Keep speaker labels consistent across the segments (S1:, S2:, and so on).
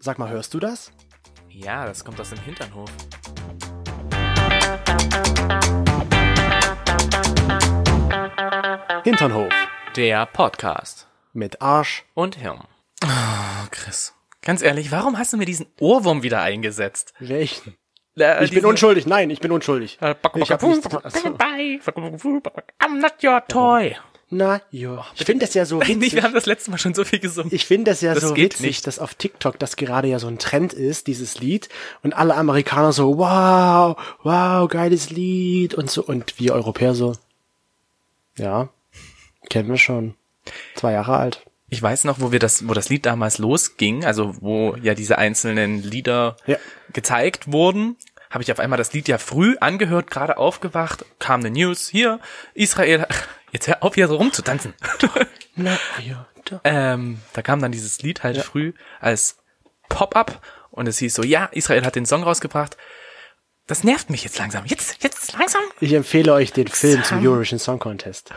S1: Sag mal, hörst du das?
S2: Ja, das kommt aus dem Hinternhof.
S1: Hinternhof
S2: Der Podcast.
S1: mit Arsch.
S2: Und Hirn. Oh, Chris. Ganz ehrlich, warum hast du mir diesen Ohrwurm wieder eingesetzt?
S1: Welchen?
S2: Äh,
S1: Ich bin
S2: diesen-
S1: unschuldig. Nein, ich bin unschuldig.
S2: Äh, bak-
S1: Ich hab
S2: bak-
S1: nichts-
S2: bak-
S1: Achso.
S2: bak- I'm not your toy.
S1: Na, jo. Ich finde das ja so
S2: Nicht,
S1: witzig.
S2: wir haben das letzte Mal schon so viel gesungen.
S1: Ich finde das ja
S2: Das
S1: so
S2: geht
S1: witzig,
S2: nicht.
S1: dass auf TikTok das gerade ja so ein Trend ist, dieses Lied. Und alle Amerikaner so, wow, wow, geiles Lied und so. Und wir Europäer so, ja, kennen wir schon. Zwei Jahre alt.
S2: Ich weiß noch, wo wir das, wo das Lied damals losging, also wo ja diese einzelnen Lieder
S1: Ja.
S2: gezeigt wurden, habe ich auf einmal das Lied ja früh angehört, gerade aufgewacht, kam eine News, hier, Israel, jetzt hör auf, hier so rumzutanzen.
S1: Na, ja, da.
S2: ähm, da kam dann dieses Lied halt früh als Pop-up und es hieß so, ja, Israel hat den Song rausgebracht. Das nervt mich jetzt langsam. Jetzt, jetzt langsam.
S1: Ich empfehle euch den Film zum Eurovision Song Contest.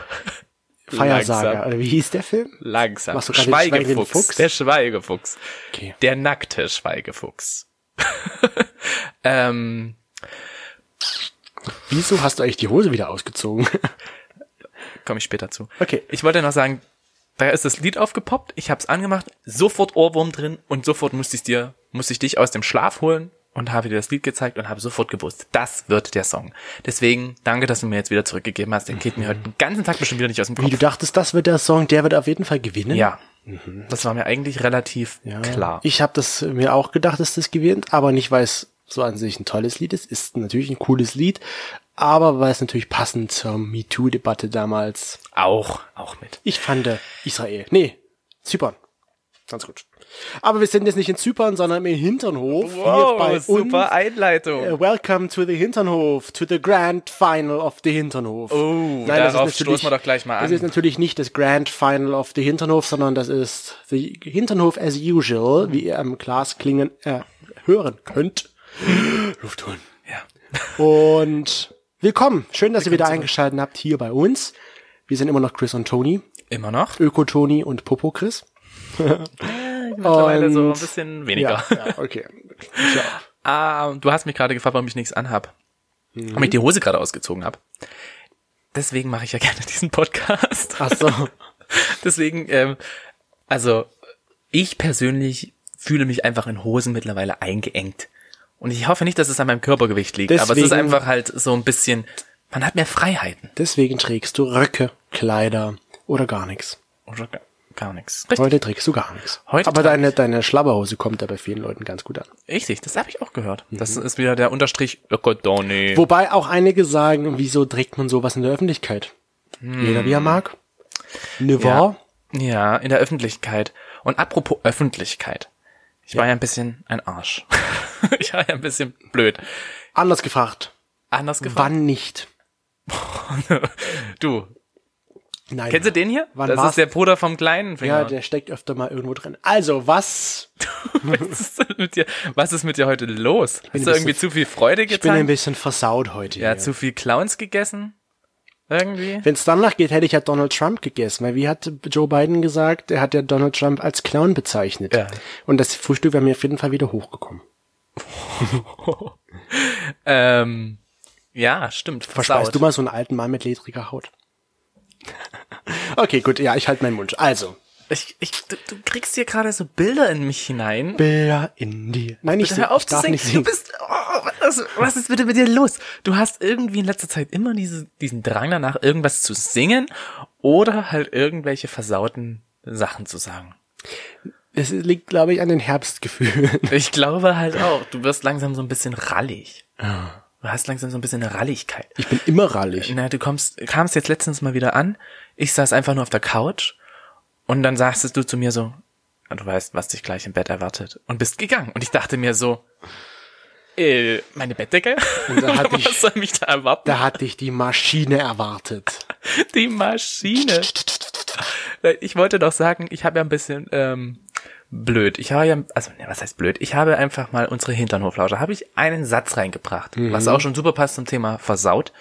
S1: Feiersager,
S2: Langsam.
S1: oder wie hieß der Film?
S2: Langsam.
S1: Machst du gerade den schweigenden Fuchs?
S2: Der Schweigefuchs.
S1: Okay.
S2: Der nackte Schweigefuchs. ähm,
S1: Wieso hast du eigentlich die Hose wieder ausgezogen?
S2: komme ich später zu.
S1: Okay.
S2: Ich wollte noch sagen, da ist das Lied aufgepoppt, ich hab's angemacht, sofort Ohrwurm drin und sofort musste ich dir, musste ich dich aus dem Schlaf holen und habe dir das Lied gezeigt und habe sofort gewusst, das wird der Song. Deswegen danke, dass du mir jetzt wieder zurückgegeben hast. Der geht mir heute den ganzen Tag bestimmt wieder nicht aus dem
S1: Wie du
S2: Kopf.
S1: dachtest, das wird der Song, der wird auf jeden Fall gewinnen?
S2: Ja. Das war mir eigentlich relativ klar.
S1: Mhm. Ich habe das äh, mir auch gedacht, dass das gewinnt, aber nicht, weil es so an sich ein tolles Lied ist. Ist natürlich ein cooles Lied, aber weil es natürlich passend zur MeToo-Debatte damals.
S2: Auch, auch mit.
S1: Ich fand äh, Israel. Nee, Zypern. Ganz gut. Aber wir sind jetzt nicht in Zypern, sondern im Hinternhof. hier bei uns.
S2: Einleitung.
S1: Äh, Welcome to the Hinternhof, to the Grand Final of the Hinternhof.
S2: Oh, darauf stoßen wir doch gleich mal
S1: Das
S2: an.
S1: ist natürlich nicht das Grand Final of the Hinternhof, sondern das ist the Hinternhof as usual, wie ihr am Glas klingen äh, hören könnt. Luft holen.
S2: Ja.
S1: Und willkommen. Schön, dass ihr wieder eingeschaltet habt hier bei uns. Wir sind immer noch Chris und Tony,
S2: Immer noch?
S1: Öko-Toni und Popo-Chris.
S2: Ah, Mittlerweile so ein
S1: Und-
S2: bisschen weniger.
S1: ja, okay.
S2: Ah, du hast mich gerade gefragt, warum ich nichts anhab. Warum ich die Hose gerade ausgezogen habe. Deswegen mache ich ja gerne diesen Podcast.
S1: Ach so.
S2: Deswegen, ähm, also ich persönlich fühle mich einfach in Hosen mittlerweile eingeengt. Und ich hoffe nicht, dass es an meinem Körpergewicht liegt, aber es ist
S1: Deswegen-
S2: einfach halt so ein bisschen, man hat mehr Freiheiten.
S1: Deswegen trägst du Röcke, Kleider oder gar nichts.
S2: Oder gar, gar nichts. Richtig,
S1: Heute trägst du gar nichts.
S2: Heute
S1: Aber
S2: trage
S1: deine, deine Schlabberhose kommt da bei vielen Leuten ganz gut an.
S2: richtig das habe ich auch gehört. Das ist wieder der Unterstrich Ökodoni.
S1: Wobei auch einige sagen, wieso trägt man sowas in der Öffentlichkeit? Jeder wie er mag. Ne Never.
S2: Hm. Ja. ja, in der Öffentlichkeit. Und apropos Öffentlichkeit. Ich war ja ein bisschen ein Arsch. ich war ja ein bisschen blöd.
S1: Anders gefragt.
S2: Anders gefragt.
S1: Wann nicht?
S2: Du,
S1: Nein.
S2: kennst du den hier?
S1: Wann
S2: das
S1: war's?
S2: ist der Bruder vom kleinen Finger.
S1: Ja, der steckt öfter mal irgendwo drin. Also, was?
S2: was, ist denn mit dir, was ist mit dir heute los? Hast du
S1: ein
S2: irgendwie zu viel Freude
S1: Ich bin ein
S2: gezeigt?
S1: bisschen versaut heute.
S2: Ja,
S1: hier.
S2: zu viel Clowns gegessen? Irgendwie?
S1: Wenn es danach geht, hätte ich ja Donald Trump gegessen, weil wie hat Joe Biden gesagt, er hat ja Donald Trump als Clown bezeichnet.
S2: Ja.
S1: Und das Frühstück wäre mir auf jeden Fall wieder hochgekommen.
S2: Ähm, ja, stimmt.
S1: Verspeist
S2: Versaut.
S1: du mal so einen alten Mann mit ledriger Haut? okay, gut, ja, ich halte meinen Mund. Also,
S2: Ich, ich, du, du kriegst hier gerade so Bilder in mich hinein.
S1: Bilder in dir. Nein, ich, sing,
S2: Hör auf
S1: ich
S2: zu
S1: darf
S2: singen.
S1: nicht singen.
S2: Du bist, oh, was, was ist bitte mit dir los? Du hast irgendwie in letzter Zeit immer diese, diesen Drang danach, irgendwas zu singen oder halt irgendwelche versauten Sachen zu sagen.
S1: Es liegt, glaube ich, an den Herbstgefühlen.
S2: Ich glaube halt auch, du wirst langsam so ein bisschen rallig. Du hast langsam so ein bisschen eine Ralligkeit.
S1: Ich bin immer rallig.
S2: Na, du kommst, kamst jetzt letztens mal wieder an. Ich saß einfach nur auf der Couch und dann sagtest du zu mir so, "Ah, du weißt, was dich gleich im Bett erwartet und bist gegangen. Und ich dachte mir so, äh, meine Bettdecke?
S1: Und da hatte
S2: was
S1: ich-
S2: soll mich da erwarten?
S1: Da hat dich die Maschine erwartet.
S2: Die Maschine. Ich wollte doch sagen, ich habe ja ein bisschen ähm, blöd. Ich habe ja, also ne, was heißt blöd? Ich habe einfach mal unsere
S1: Mhm.
S2: Hinternhoflausche, habe ich einen Satz reingebracht, was auch schon super passt zum Thema versaut.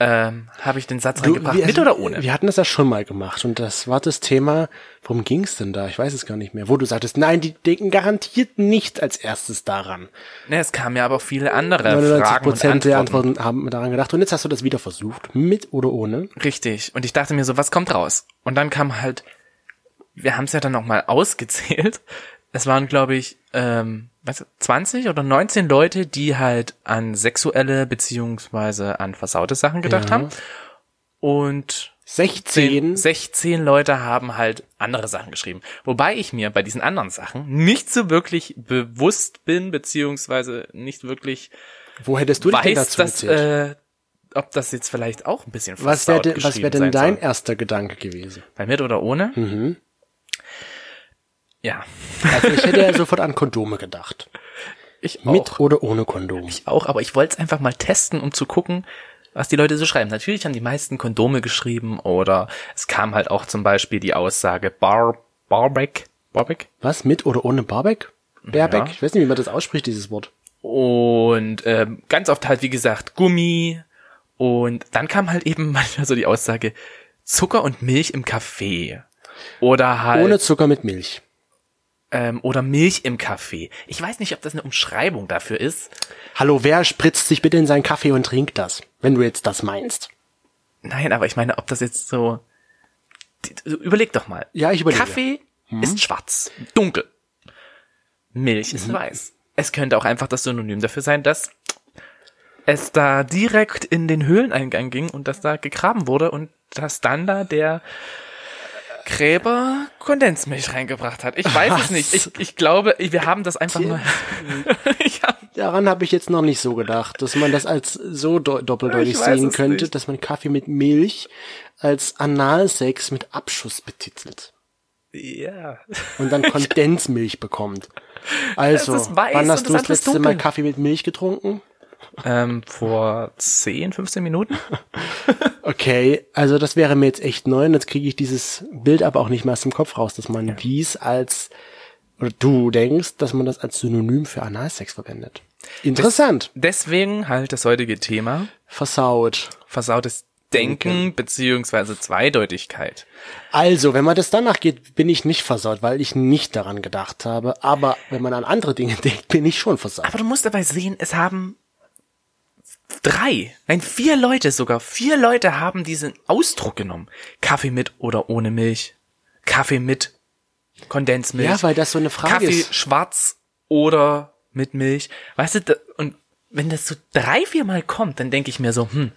S2: ähm, habe ich den Satz reingebracht.
S1: also,
S2: mit oder ohne?
S1: Wir hatten das ja schon mal gemacht und das war das Thema, worum ging's denn da? Ich weiß es gar nicht mehr. Wo du sagtest, nein, die denken garantiert nicht als erstes daran.
S2: Ne, es kamen ja aber auch viele andere
S1: 99
S2: Äh, Fragen und
S1: Prozent der
S2: Antworten.
S1: Antworten haben daran gedacht und jetzt hast du das wieder versucht, mit oder ohne.
S2: Richtig. Und ich dachte mir so, was kommt raus? Und dann kam halt, wir haben es ja dann nochmal ausgezählt. Es waren, glaube ich, ähm, was, 20 oder 19 Leute, die halt an sexuelle beziehungsweise an versaute Sachen gedacht haben. Und
S1: 16.
S2: 16 Leute haben halt andere Sachen geschrieben. Wobei ich mir bei diesen anderen Sachen nicht so wirklich bewusst bin, beziehungsweise nicht wirklich
S1: Wo hättest du dich denn
S2: weiß,
S1: dazu
S2: dass,
S1: gezählt?
S2: äh, ob das jetzt vielleicht auch ein bisschen
S1: was wäre
S2: versaut
S1: denn, was
S2: geschrieben
S1: wär
S2: sein
S1: denn dein Mhm.
S2: soll.
S1: erster Gedanke gewesen?
S2: Bei mit oder ohne? Ja.
S1: Also ich hätte ja sofort an Kondome gedacht.
S2: Ich auch.
S1: Mit oder ohne Kondom.
S2: ich auch, aber ich wollte es einfach mal testen, um zu gucken, was die Leute so schreiben. Natürlich haben die meisten Kondome geschrieben oder es kam halt auch zum Beispiel die Aussage Bar, Barbeck, Barbeck
S1: Was? Mit oder ohne Barbeck? Baerbeck?
S2: Ja.
S1: Ich weiß nicht, wie man das ausspricht, dieses Wort.
S2: Und ähm, ganz oft halt, wie gesagt, Gummi. Und dann kam halt eben manchmal so die Aussage, Zucker und Milch im Kaffee. Oder halt,
S1: Ohne Zucker mit Milch.
S2: ähm, oder Milch im Kaffee. Ich weiß nicht, ob das eine Umschreibung dafür ist.
S1: Hallo, wer spritzt sich bitte in seinen Kaffee und trinkt das? Wenn du jetzt das meinst.
S2: Nein, aber ich meine, ob das jetzt so, die- so überleg doch mal.
S1: Ja, ich überlege. Hm?
S2: Kaffee ist schwarz, dunkel. Milch ist weiß. Es könnte auch einfach das Synonym dafür sein, dass es da direkt in den Höhleneingang ging und dass da gegraben wurde und dass dann da der Gräber Kondensmilch reingebracht hat. Ich weiß es
S1: Was?
S2: nicht. Ich, ich glaube, wir haben das einfach nur. ich hab,
S1: Daran habe ich jetzt noch nicht so gedacht, dass man das als so do doppeldeutig
S2: Ich weiß
S1: sehen
S2: es
S1: könnte,
S2: nicht.
S1: dass man Kaffee mit Milch als Analsex mit Abschuss betitelt
S2: ja.
S1: und dann Kondensmilch bekommt. Also,
S2: Das ist weiß
S1: wann hast
S2: und
S1: du das
S2: das andere ist
S1: letzte Mal
S2: dunkel.
S1: Kaffee mit Milch getrunken?
S2: Ähm, vor 10, 15 Minuten?
S1: Okay, also das wäre mir jetzt echt neu und jetzt kriege ich dieses Bild aber auch nicht mehr aus dem Kopf raus, dass man dies als, oder du denkst, dass man das als Synonym für Analsex verwendet. Interessant.
S2: Deswegen halt das heutige Thema
S1: Versaut.
S2: versautes Denken beziehungsweise Zweideutigkeit.
S1: Also, wenn man das danach geht, bin ich nicht versaut, weil ich nicht daran gedacht habe. Aber wenn man an andere Dinge denkt, bin ich schon versaut.
S2: Aber du musst dabei sehen, es haben drei, nein, vier Leute sogar, vier Leute haben diesen Ausdruck genommen. Kaffee mit oder ohne Milch. Kaffee mit Kondensmilch.
S1: Ja, weil das so eine Frage
S2: Kaffee
S1: ist.
S2: schwarz oder mit Milch. Weißt du, da- und wenn das so drei, viermal kommt, dann denke ich mir so, hm,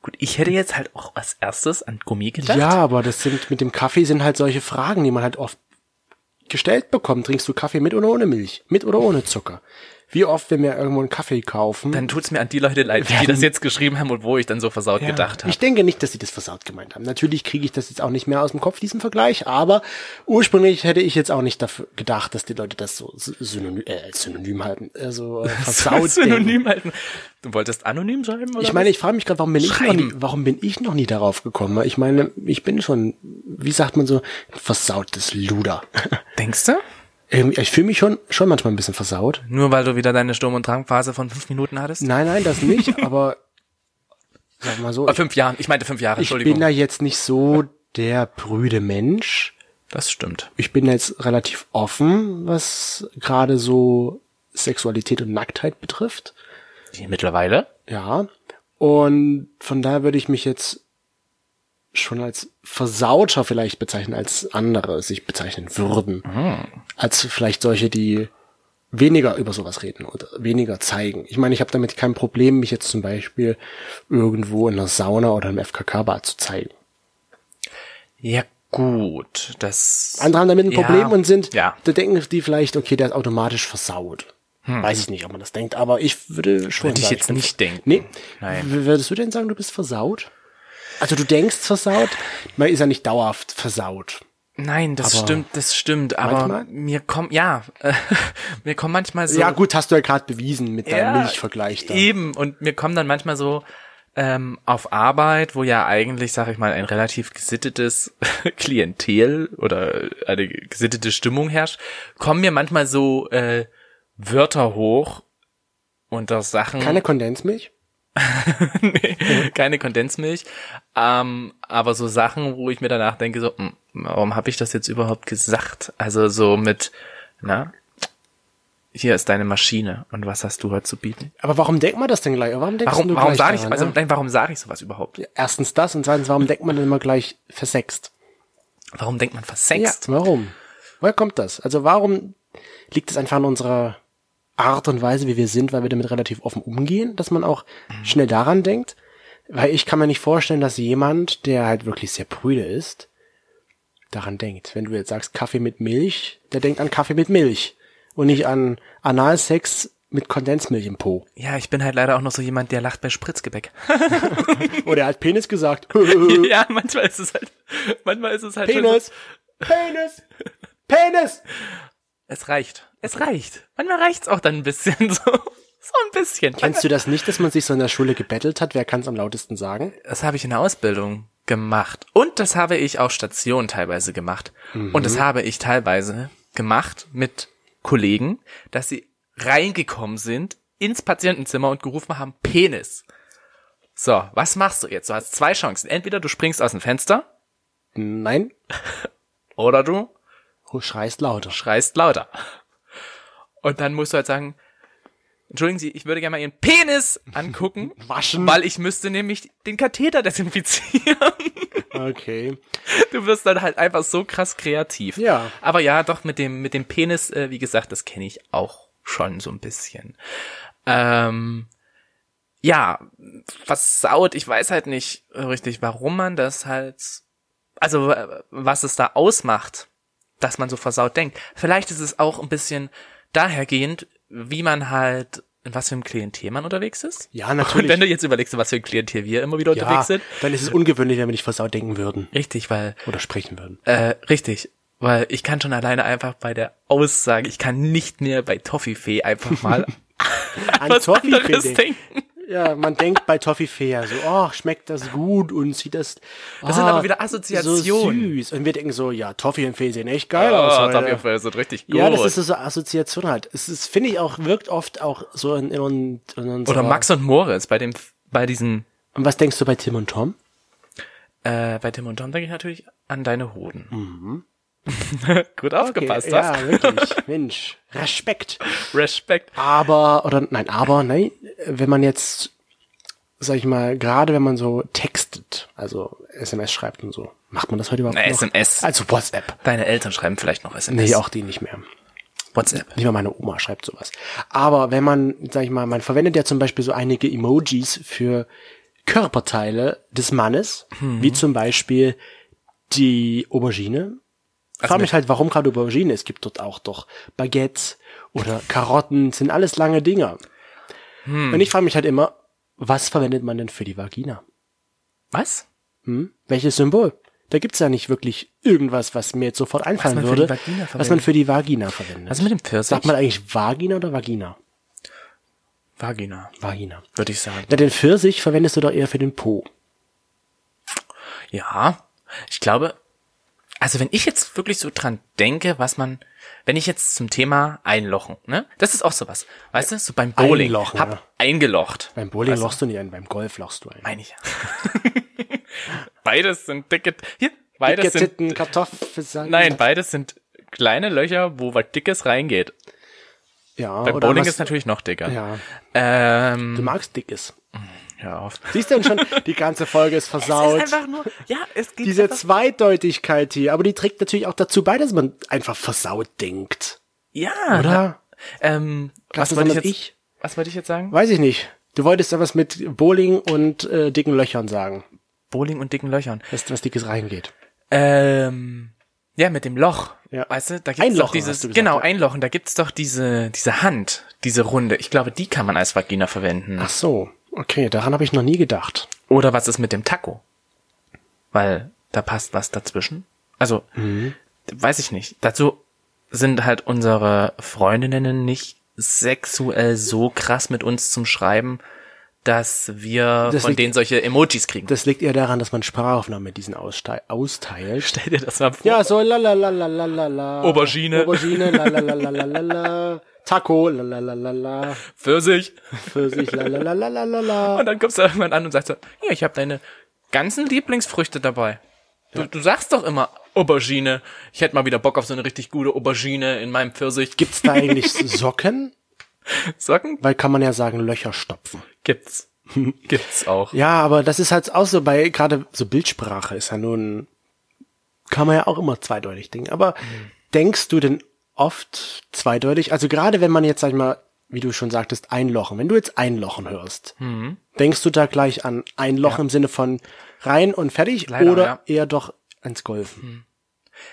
S2: gut, ich hätte jetzt halt auch als erstes an Gummi gedacht.
S1: Ja, aber das sind, mit dem Kaffee sind halt solche Fragen, die man halt oft gestellt bekommt. Trinkst du Kaffee mit oder ohne Milch? Mit oder ohne Zucker? Wie oft, wenn wir irgendwo einen Kaffee kaufen?
S2: dann tut's mir an die Leute leid, die
S1: Werden-
S2: das jetzt geschrieben haben und wo ich dann so versaut gedacht habe.
S1: Ich denke nicht, dass sie das versaut gemeint haben. Natürlich kriege ich das jetzt auch nicht mehr aus dem Kopf, diesen Vergleich, aber ursprünglich hätte ich jetzt auch nicht dafür gedacht, dass die Leute das so sy- synonym, äh, synonym halten. Also äh, versaut denken.
S2: Synonym halten. Du wolltest anonym schreiben, oder?
S1: Ich meine, ich frage mich gerade, warum bin ich noch nie,
S2: Schreiben.
S1: warum bin ich noch nie darauf gekommen? Ich meine, ich bin schon, wie sagt man so, ein versautes Luder.
S2: was? denkst du?
S1: Irgendwie, Ähm, ich fühle mich schon, schon manchmal ein bisschen versaut.
S2: Nur weil du wieder deine Sturm- und Drangphase von fünf Minuten hattest?
S1: Nein, nein, das nicht, aber sag mal so,
S2: Äh,
S1: ich,
S2: fünf Jahren. Ich meinte fünf Jahre,
S1: ich bin
S2: Entschuldigung.
S1: da jetzt nicht so der prüde Mensch.
S2: das stimmt.
S1: ich bin jetzt relativ offen, was gerade so Sexualität und Nacktheit betrifft.
S2: Die mittlerweile?
S1: Ja. Und von daher würde ich mich jetzt schon als Versauter vielleicht bezeichnen, als andere sich bezeichnen würden.
S2: Mhm.
S1: Als vielleicht solche, die weniger über sowas reden oder weniger zeigen. Ich meine, ich habe damit kein Problem, mich jetzt zum Beispiel irgendwo in der Sauna oder im FKK-Bad zu zeigen.
S2: Ja, gut. Das.
S1: Andere haben damit ein
S2: Ja.
S1: Problem und sind,
S2: Ja.
S1: da denken die vielleicht, okay, der ist automatisch versaut. Weiß ich nicht, ob man das denkt, aber ich würde schon
S2: Würde Hm. ich
S1: sagen,
S2: jetzt
S1: bin-
S2: nicht denken.
S1: Nee.
S2: Nein.
S1: W- Würdest du denn sagen, du bist versaut? Also du denkst versaut, man ist ja nicht dauerhaft versaut.
S2: Nein, das stimmt, das stimmt. Aber
S1: Manchmal?
S2: mir kommt, ja, äh, mir kommen manchmal so.
S1: Ja gut, hast du ja gerade bewiesen mit deinem
S2: Ja,
S1: Milchvergleich da.
S2: Eben, und mir kommen dann manchmal so ähm, auf Arbeit, wo ja eigentlich, sag ich mal, ein relativ gesittetes Klientel oder eine gesittete Stimmung herrscht, kommen mir manchmal so äh, Wörter hoch unter Sachen.
S1: Keine Kondensmilch?
S2: nee, keine Kondensmilch. Ähm, aber so Sachen, wo ich mir danach denke, so, hm, warum habe ich das jetzt überhaupt gesagt? Also so mit, na, hier ist deine Maschine und was hast du heute zu bieten?
S1: Aber warum denkt man das denn gleich? Warum denkst
S2: Warum,
S1: du
S2: warum
S1: gleich
S2: sage ich,
S1: daran,
S2: also
S1: ne?
S2: nein, warum sage ich sowas überhaupt?
S1: Erstens das und zweitens, warum denkt man denn immer gleich versext?
S2: Warum denkt man versext?
S1: Ja, warum? Woher kommt das? Also warum liegt es einfach an unserer Art und Weise, wie wir sind, weil wir damit relativ offen umgehen, dass man auch schnell daran denkt? Weil ich kann mir nicht vorstellen, dass jemand, der halt wirklich sehr prüde ist, daran denkt. Wenn du jetzt sagst Kaffee mit Milch, der denkt an Kaffee mit Milch und nicht an Analsex mit Kondensmilch im Po.
S2: Ja. ich bin halt leider auch noch so jemand, der lacht bei Spritzgebäck.
S1: Oder er hat Penis gesagt.
S2: ja, manchmal ist es halt, manchmal ist es halt schon-
S1: Penis! Penis! Penis!
S2: Es reicht. Es reicht. Manchmal reicht's auch dann ein bisschen so. So ein bisschen.
S1: Kennst du das nicht, dass man sich so in der Schule gebettelt hat? Wer kann es am lautesten sagen?
S2: das habe ich in der Ausbildung gemacht. Und das habe ich auf Station teilweise gemacht. Und das habe ich teilweise gemacht mit Kollegen, dass sie reingekommen sind ins Patientenzimmer und gerufen haben, Penis. So, was machst du jetzt? Du hast zwei Chancen. Entweder du springst aus dem Fenster
S1: Nein,
S2: oder du
S1: du schreist lauter.
S2: schreist lauter. Und dann musst du halt sagen, entschuldigen Sie, ich würde gerne mal Ihren Penis angucken,
S1: Waschen.
S2: weil ich müsste nämlich den Katheter desinfizieren.
S1: Okay.
S2: Du wirst dann halt einfach so krass kreativ.
S1: Ja.
S2: Aber ja, doch mit dem mit dem Penis, äh, wie gesagt, das kenne ich auch schon so ein bisschen. Ähm, ja, versaut. Ich weiß halt nicht richtig, warum man das halt, also äh, was es da ausmacht, dass man so versaut denkt. Vielleicht ist es auch ein bisschen dahergehend, wie man halt in was für einem Klientel man unterwegs ist.
S1: Ja, natürlich.
S2: Und wenn du jetzt überlegst, in was für ein Klientel wir immer wieder
S1: Ja,
S2: unterwegs sind.
S1: dann ist es ungewöhnlich, wenn wir nicht versaut denken würden.
S2: Richtig, weil
S1: Oder sprechen würden.
S2: äh, richtig. Weil ich kann schon alleine einfach bei der Aussage, ich kann nicht mehr bei Toffifee einfach mal
S1: An
S2: was
S1: Toffifee
S2: anderes
S1: denken.
S2: denken.
S1: Ja, man denkt bei Toffifee ja so, oh, schmeckt das gut und sieht das. Das
S2: sind aber wieder
S1: So
S2: Assoziationen.
S1: süß. Und wir denken so, ja, Toffifee sehen echt geil aus.
S2: Oh,
S1: Alter.
S2: Toffifee sind richtig gut.
S1: Ja, das ist so so Assoziation halt. Es ist, finde ich auch, wirkt oft auch so in, in, in unserer,
S2: Oder Max und Moritz bei dem, bei diesem,
S1: Und was denkst du bei Tim und Tom?
S2: äh, bei Tim und Tom denke ich natürlich an deine Hoden. Gut aufgepasst,
S1: Mhm. ja,
S2: was?
S1: wirklich. Mensch, Respekt.
S2: Respekt.
S1: Aber, oder nein, aber, nein, wenn man jetzt, sag ich mal, gerade wenn man so textet, also SMS schreibt und so, macht man das heute überhaupt
S2: Na,
S1: noch?
S2: SMS.
S1: Also WhatsApp.
S2: Deine Eltern schreiben vielleicht noch SMS.
S1: Nee, auch die nicht mehr.
S2: WhatsApp.
S1: Nicht mal meine Oma schreibt sowas. Aber wenn man, sag ich mal, man verwendet ja zum Beispiel so einige Emojis für Körperteile des Mannes, wie zum Beispiel die Aubergine. Ich frage
S2: mit-
S1: mich halt, warum gerade Aubergine? Es gibt dort auch doch Baguette oder Karotten, sind alles lange Dinger. Und ich frage mich halt immer, was verwendet man denn für die Vagina?
S2: Was?
S1: Hm? Welches Symbol? Da gibt's ja nicht wirklich irgendwas, was mir jetzt sofort einfallen
S2: man für
S1: würde,
S2: die Vagina
S1: was man
S2: verwendet.
S1: für die Vagina verwendet.
S2: Was ist mit dem Pfirsich?
S1: Sagt man eigentlich Vagina oder Vagina?
S2: Vagina,
S1: Vagina.
S2: würde ich sagen.
S1: Na, den Pfirsich verwendest du doch eher für den Po.
S2: Ja, ich glaube, also wenn ich jetzt wirklich so dran denke, was man, wenn ich jetzt zum Thema einlochen, ne? Das ist auch sowas. Weißt du, so beim Bowling.
S1: Einlochen,
S2: hab
S1: ja.
S2: eingelocht.
S1: Beim Bowling lochst du nicht ein, beim Golf lochst du ein.
S2: Meine ich. beides sind dicke, hier, beides
S1: Dicke
S2: sind,
S1: Titten, Kartoffelsack.
S2: nein, beides sind kleine Löcher, wo was Dickes reingeht.
S1: Ja,
S2: Beim
S1: oder
S2: Bowling
S1: was,
S2: ist natürlich noch dicker.
S1: Oh, Ja, du
S2: Ähm,
S1: magst dickes.
S2: hör auf.
S1: Siehst du denn schon, die ganze Folge ist
S2: Es ist
S1: versaut.
S2: einfach nur, ja, es geht
S1: Diese
S2: einfach-
S1: Zweideutigkeit hier, aber die trägt natürlich auch dazu bei, dass man einfach versaut denkt.
S2: ja,
S1: Oder?
S2: ähm, was
S1: du
S2: wollte ich
S1: sagen,
S2: jetzt,
S1: dass ich-
S2: was wollte ich jetzt sagen?
S1: Weiß ich nicht. Du wolltest ja was mit Bowling und äh, dicken Löchern sagen,
S2: Bowling und dicken Löchern.
S1: dass was dickes reingeht.
S2: Ähm, ja, mit dem Loch.
S1: Ja.
S2: Weißt du, da gibt's
S1: Einlochen,
S2: doch dieses,
S1: hast du gesagt,
S2: genau,
S1: ja.
S2: einlochen, da gibt's doch diese, diese Hand, diese Runde. Ich glaube, die kann man als Vagina verwenden.
S1: Ach so, okay, daran habe ich noch nie gedacht.
S2: Oder was ist mit dem Taco? Weil da passt was dazwischen. Also,
S1: Mhm.
S2: weiß ich nicht. Dazu sind halt unsere Freundinnen nicht sexuell so krass mit uns zum Schreiben, dass wir
S1: Das
S2: von
S1: liegt-
S2: denen solche Emojis kriegen.
S1: Das liegt eher daran, dass man Sprachaufnahmen mit diesen auste austeilt.
S2: Stell dir das mal vor.
S1: Ja, so la la la la la la la.
S2: Aubergine.
S1: Aubergine, la la la la la la la. Taco, lalalala,
S2: Pfirsich.
S1: Pfirsich, lalalala.
S2: Und dann kommst du irgendwann an und sagst so, hier, ich habe deine ganzen Lieblingsfrüchte dabei. Du, du sagst doch immer Aubergine. Ich hätte mal wieder Bock auf so eine richtig gute Aubergine in meinem Pfirsich.
S1: Gibt's
S2: Gibt's
S1: da eigentlich Socken?
S2: Socken?
S1: Weil kann man ja sagen, Löcher stopfen.
S2: Gibt's. Gibt's auch.
S1: Ja, aber das ist halt auch so bei, gerade so Bildsprache ist ja nun, kann man ja auch immer zweideutig denken. Aber denkst du denn oft zweideutig? Also gerade wenn man jetzt, sag ich mal, wie du schon sagtest, einlochen. Wenn du jetzt einlochen hörst,
S2: Mhm.
S1: denkst du da gleich an einlochen im Sinne von rein und fertig
S2: Leider,
S1: oder
S2: ja.
S1: eher doch ans Golfen?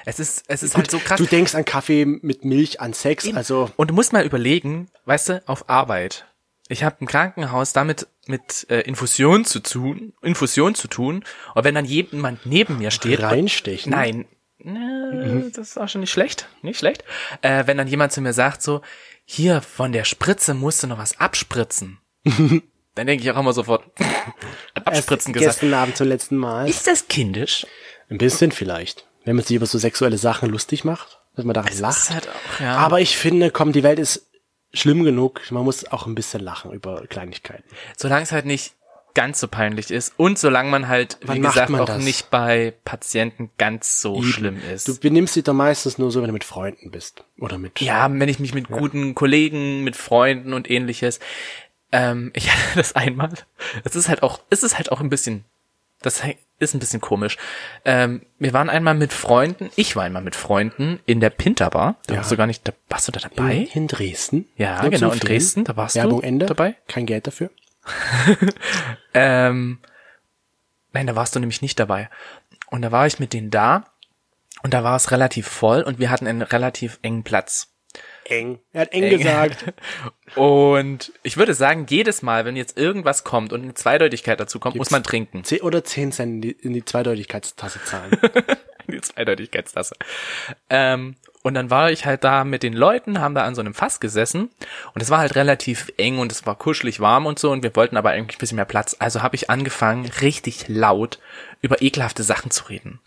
S2: Es ist, es ist halt so krass.
S1: Du denkst an Kaffee mit Milch, an Sex,
S2: Eben.
S1: also
S2: Und du musst mal überlegen, weißt du, auf Arbeit. Ich habe im Krankenhaus damit mit äh, Infusion zu tun, Infusion zu tun. Und wenn dann jemand neben mir steht,
S1: reinstechen.
S2: nein,
S1: Mhm.
S2: ne, das ist auch schon nicht schlecht, nicht schlecht. Äh, wenn dann jemand zu mir sagt, so hier von der Spritze musst du noch was abspritzen, dann denke ich auch immer sofort hat
S1: Erst
S2: abspritzen gesagt.
S1: Gestern Abend zum letzten Mal.
S2: Ist das kindisch?
S1: Ein bisschen vielleicht. Wenn man sich über so sexuelle Sachen lustig macht, dass man daran lacht.
S2: ist halt auch, ja.
S1: Aber ich finde, komm, die Welt ist schlimm genug. Man muss auch ein bisschen lachen über Kleinigkeiten.
S2: Solange es halt nicht ganz so peinlich ist und solange man halt,
S1: Wann
S2: wie
S1: macht
S2: gesagt,
S1: man
S2: auch
S1: das?
S2: nicht bei Patienten ganz so schlimm ist.
S1: Du benimmst dich doch meistens nur so, wenn du mit Freunden bist. Oder mit.
S2: ja, wenn ich mich mit guten Kollegen, mit Freunden und ähnliches, ähm, ich hatte das einmal. Es ist halt auch, es ist halt auch ein bisschen, das ist ein bisschen komisch. Ähm, wir waren einmal mit Freunden, ich war einmal mit Freunden in der Pinterbar. Da warst du gar nicht, da, warst du da dabei?
S1: In, in Dresden.
S2: Ja,
S1: Nur
S2: genau,
S1: zum
S2: in
S1: Film.
S2: Dresden, da warst du
S1: Werbung Ende.
S2: dabei?
S1: Kein Geld dafür.
S2: Ähm, nein, da warst du nämlich nicht dabei. Und da war ich mit denen da und da war es relativ voll und wir hatten einen relativ engen Platz.
S1: Eng. Er hat eng, gesagt.
S2: Und ich würde sagen, jedes Mal, wenn jetzt irgendwas kommt und eine Zweideutigkeit dazu kommt, muss man trinken.
S1: Zeh- oder 10 Cent in die, in die Zweideutigkeitstasse zahlen.
S2: Die Zweideutigkeitstasse. Ähm, und dann war ich halt da mit den Leuten, haben da an so einem Fass gesessen und es war halt relativ eng und es war kuschelig warm und so und wir wollten aber eigentlich ein bisschen mehr Platz. Also habe ich angefangen, richtig laut über ekelhafte Sachen zu reden.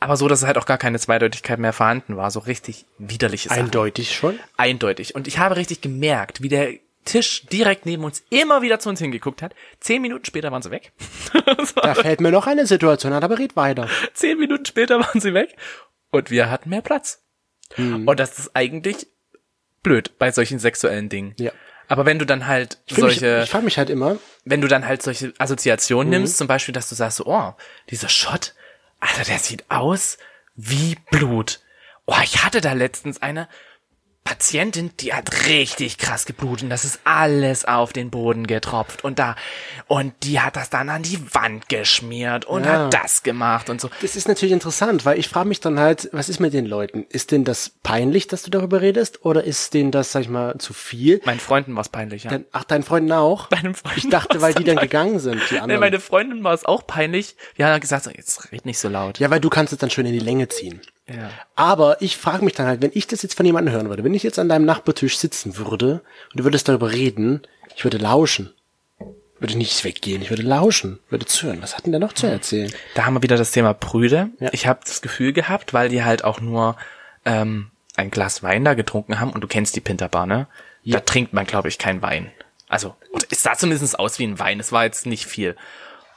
S2: Aber so, dass halt auch gar keine Zweideutigkeit mehr vorhanden war. So richtig widerliche Sachen.
S1: Eindeutig schon.
S2: Eindeutig. Und ich habe richtig gemerkt, wie der Tisch direkt neben uns immer wieder zu uns hingeguckt hat. Zehn Minuten später waren sie weg.
S1: Da fällt mir noch eine Situation an, aber red weiter.
S2: Zehn Minuten später waren sie weg und wir hatten mehr Platz.
S1: Hm.
S2: Und das ist eigentlich blöd bei solchen sexuellen Dingen.
S1: Ja.
S2: Aber wenn du dann halt
S1: ich
S2: solche,
S1: ich frage mich halt immer,
S2: wenn du dann halt solche Assoziationen
S1: Mhm.
S2: nimmst, zum Beispiel, dass du sagst, so, oh, dieser Schott, Alter, der sieht aus wie Blut. Oh, ich hatte da letztens eine Patientin, die hat richtig krass geblutet und das ist alles auf den Boden getropft und da, und die hat das dann an die Wand geschmiert und
S1: Ja.
S2: hat das gemacht und so.
S1: Das ist natürlich interessant, weil ich frage mich dann halt, was ist mit den Leuten? Ist denen das peinlich, dass du darüber redest? Oder ist denen das, sag ich mal, zu viel?
S2: Meinen Freunden war's peinlich, ja.
S1: Dann, ach, deinen Freunden auch?
S2: Deinen Freunden
S1: ich dachte, weil die dann gegangen sind, die
S2: nee,
S1: anderen.
S2: meine Freundin war es auch peinlich. Die hat gesagt, so, jetzt red nicht so laut.
S1: ja, weil du kannst es dann schön in die Länge ziehen.
S2: Ja.
S1: Aber ich frage mich dann halt, wenn ich das jetzt von jemandem hören würde, wenn ich jetzt an deinem Nachbartisch sitzen würde und du würdest darüber reden, ich würde lauschen. Würde nicht weggehen, ich würde lauschen, würde zuhören. Was hat denn der noch
S2: Mhm.
S1: zu erzählen?
S2: Da haben wir wieder das Thema Brüde.
S1: Ja.
S2: Ich habe das Gefühl gehabt, weil die halt auch nur ähm, ein Glas Wein da getrunken haben und du kennst die Pinterbar, ne? Da trinkt man, glaube ich, keinen Wein. Also, oder es sah zumindest aus wie ein Wein. Es war jetzt nicht viel.